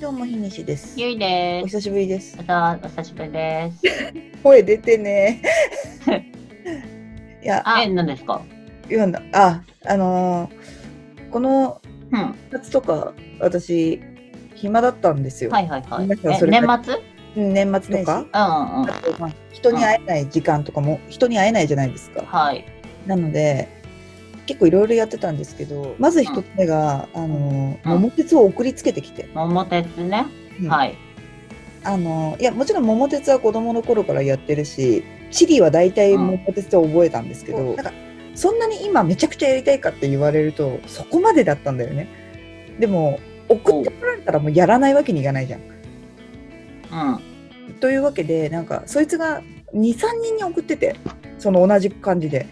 どうもひにしです。ゆいおです。久しぶりです。またお久しぶりです。声出て ね。いや、あ、え、何ですか。読んだ。あ、あのーこのうん。は夏とか私暇だったんですいよ。はいはい。皆さんそえれから年末。うん年末とか。うんうんあ。とまあ人に会えない時間とかも人に会えないじゃないですか。はい。なので結構いろいろやってたんですけど、まず一つ目が、あのーうん桃鉄を送りつけてきて、桃鉄ね。うんはい。あのいやもちろん桃鉄は子供の頃からやってるしチリは大体桃鉄で覚えたんですけど、うんなんかそんなに今めちゃくちゃやりたいかって言われるとそこまでだったんだよねでも送ってこられたらもうやらないわけにいかないじゃん。うん。というわけでなんかそいつが23人に送っててその同じ感じで。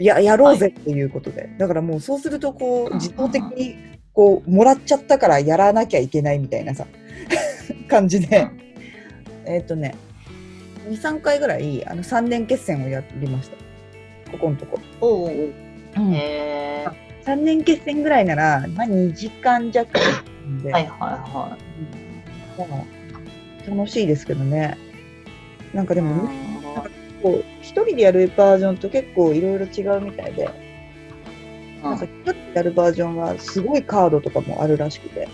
ややろうぜっていうことで、だからもうそうするとこうんう自動的にこうもらっちゃったからやらなきゃいけないみたいなさ 感じで、えっ、とね、2、3回ぐらい、あの、3年決戦をやりました。ここのとこ。おうおう。へえ。 3年決戦ぐらいなら、まあ、2時間弱なんで、はいはいはい。もう楽しいですけどね。なんかでうも、んこう一人でやるバージョンと結構いろいろ違うみたいで、うなんかん一人でやるバージョンはすごいカードとかもあるらしくて。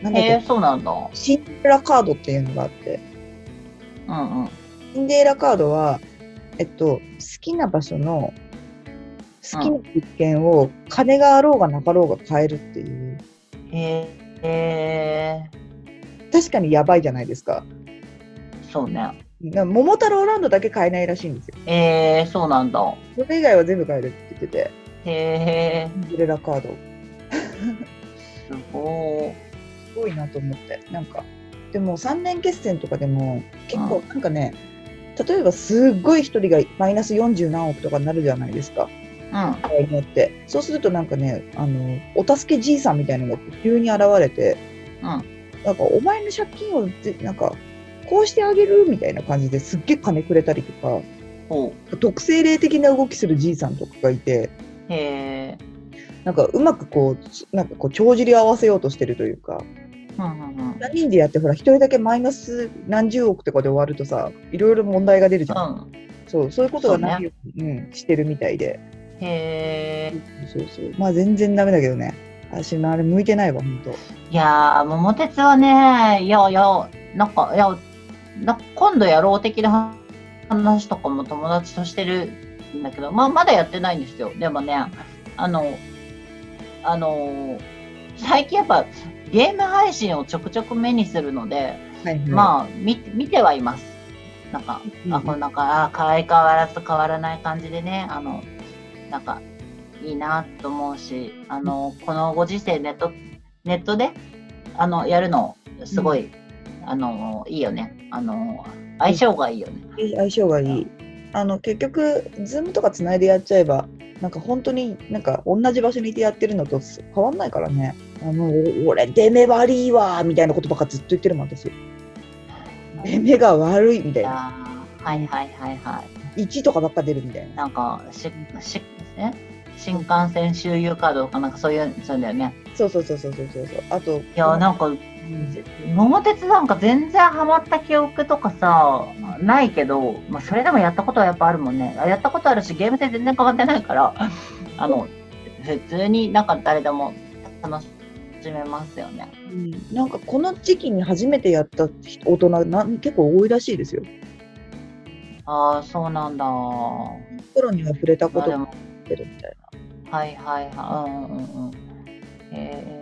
なんだっへえ、け、そうなんだ。シンデレラカードっていうのがあって、うんうん。シンデレラカードは、えっと、好きな場所の好きな物件を金があろうがなかろうが買えるっていう、へえ。確かにやばいじゃないですか。そうね。な桃太郎ランドだけ買えないらしいんですよ。ええ、そうなんだ。それ以外は全部買えるって言ってて、へえ。シンデレラカード、すごすごいなと思って、なんか、でも3年決戦とかでも、結構なんかね、例えばすっごい一人がマイナス40何億とかになるじゃないですか。い。うん。場合によってそうするとなんかねあのお助けじいさんみたいなのが急に現れて、うんなんかお前の借金をぜなんかこうしてあげるみたいな感じですっげえ金くれたりとかほ特性霊的な動きするじいさんとかがいてう。へえ。なんかうまくこうつなんかこう帳尻合わせようとしてるというかうんうんうん。何人でやってほら一人だけマイナス何十億とかで終わるとさいろいろ問題が出るじゃん、うそうそういうことがないように、うん、してるみたいでん。へえ。そうそうまあ全然ダメだけどね私のあれ向いてないわ本当。いやー、桃鉄はね、いやいや、なんか、いや、な今度やろう的な話とかも友達としてるんだけど、まあ、まだやってないんですよ。でもね、あの、あの、最近やっぱゲーム配信をちょくちょく目にするので、はいはい、まあ、み見てはいます。なんか、うんあ、こんなんか、あー相変わらず変わらない感じでね、あの、なんか、いいなと思うし、あの、このご時世ネット、ネットで、あの、やるの、すごい、あの、いいよね。あの、相性がいいよね。相性がいい。あの結局、ズームとかつないでやっちゃえば、なんか本当になんか同じ場所にいてやってるのと変わんないからね。あの俺、出目悪いわーみたいなことばっかずっと言ってるもん、私。出目が悪いみたいいな。やーはいはいはいは1とかばっか出るみたいい。な。なんか、し、し、え新幹線周遊カードとか、なんかそういう、そういうんだよね。そうそうそうそうそうそう。あと、いやー、なんか、うん桃鉄なんか全然ハマった記憶とかさないけど、まあ、それでもやったことはやっぱあるもんねあやったことあるしゲーム性全然変わってないからあの普通になんか誰でも楽しめますよねうんなんかこの時期に初めてやった大人なん、結構多いらしいですよ。ああそうなんだ頃には触れたこまあとでがも出るみたいな。はいはいはいうんうんうんえ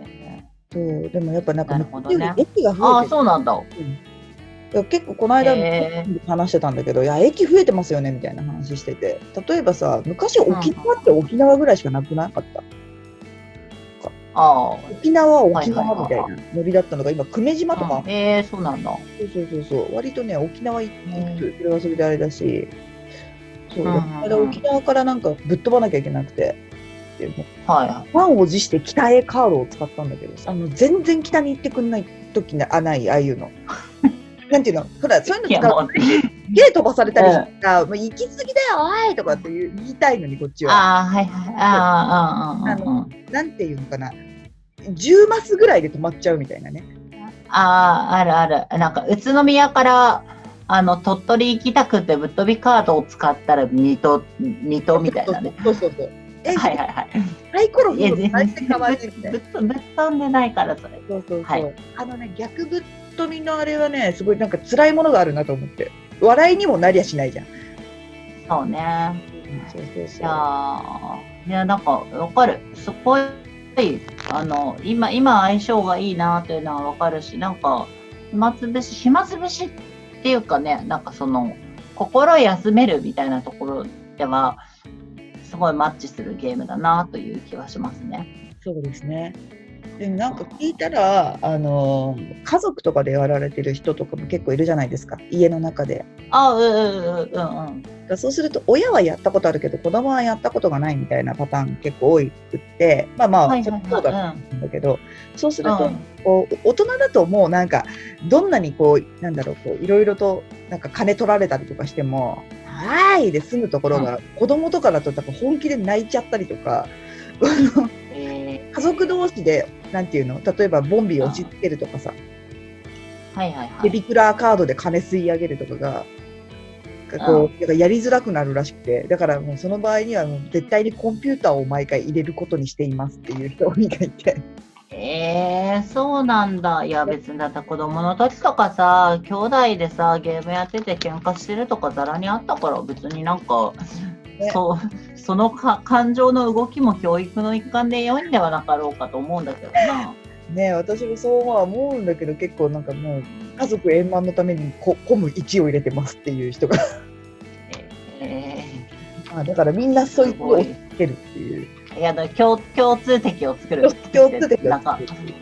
そうでもやっぱなんか、なるほどね駅がー、あ増えあてるそうなんだいや結構この間へ話してたんだけど、いや駅増えてますよねみたいな話してて例えばさ昔沖縄って沖縄ぐらいしかなくなかった、あ沖縄沖縄はみいたいはいはいなノリだったのが今久米島とあか、、ええー、そうなんだそうそうそうそう割とね沖縄行くうとそれはそれであれだしそう、うんうんうんこの間沖縄からなんかぶっ飛ばなきゃいけなくて。でもはい満を持して北へカードを使ったんだけどさあの全然北に行ってくんない時なあないああいうの なんていうのほらそういうのいや使うもうゲー飛ばされたりしたら、もう行き過ぎだよ、おいとかって言う言いたいのに、こっちは。ああはいはいああああああなんていうのかな、え10マスぐらいで止まっちゃうみたいなね。ああ、あるある。なんか、宇都宮から、あの、鳥取行きたくてぶっ飛びカードを使ったら二等、二等みたいなね。そうそうそう。え、はいはいはい。サイコロ振いや、るの全大変然かわいいみ たいなぶっ。飛ぶっ飛んでないから、それ。そうそうそう。はいあのね、逆ぶっ飛びのあれはね、すごいなんか辛いものがあるなと思って。笑いにもなりゃしないじゃん。そうね。そうそういそやう。ーいやなんかわかるすごいあの今今相性がいいなっていうのはわかるしなんか暇つぶし暇つぶしっていうかねなんかその心休めるみたいなところではすごいマッチするゲームだなという気はしますね。そうですね。でもなんか聞いたら、あのー家族とかでやられてる人とかも結構いるじゃないですか、家の中で。あうんうんうんうんうん。だからそうすると、親はやったことあるけど、子供はやったことがないみたいなパターン結構多いくって、まあまあ、はいはいそれはいもそうだと思うんだけど、そうするうと、んこう大人だともうなんかどんなにこうなんだろうこういろいろとなんか金取られたりとかしても「はーい」で済むところが、子供とかだとなんか本気で泣いちゃったりとかえ家族同士でなんていうの例えばボンビーを押し付けるとかさー、はいはいはベい。ビクラーカードで金吸い上げるとかが。なんかこうなんかやりづらくなるらしくてだからもうその場合にはもう絶対にコンピューターを毎回入れることにしていますっていう人がいてえー、そうなんだ。いや、別にだって子供の時とかさ、兄弟でさ、ゲームやってて喧嘩してるとかざらにあったから、別になんか、ねそう、そのか感情の動きも教育の一環で良いんではなかろうかと思うんだけどな。ね私もそうは思うんだけど結構なんかもう家族円満のためにこ混む1を入れてますっていう人が えあだからみんなー、そういすうをごい。つけるっていういや、だから共共通敵を作る。共通点ながんかつ、くっていう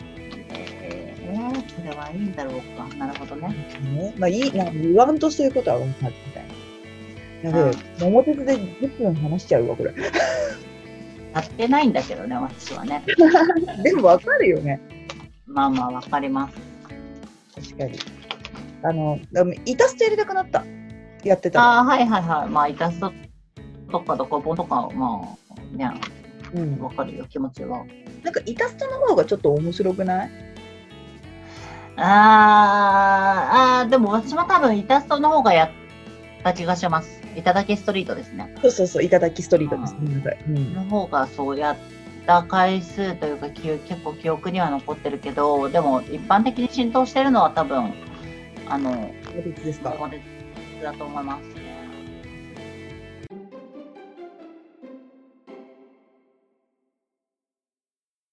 えー、それはいいんだろうか。なるほどね。ね まあいいなんか言わんとしてることは分かるみたいなやべえ桃鉄で10分話しちゃうわこれやってないんだけどね、私はね。でも分かるよねまあまあ、わかります。確かにあのでもイタストやりたくなったやってたらああ、はいはいはい。まあ、イタストとかドコボとか、まあ、ね、うん、わかるよ、気持ちは。なんかイタストの方がちょっと面白くないあーあー、でも私も多分イタストの方がやった気がします。いただきストリートですね。そうそうそういただきストリートですあーごめんなさい、うんの方がそうやった回数というか、記憶結構記憶には残ってるけど、でも一般的に浸透してるのは多分、あの、別ですかここでだと思います。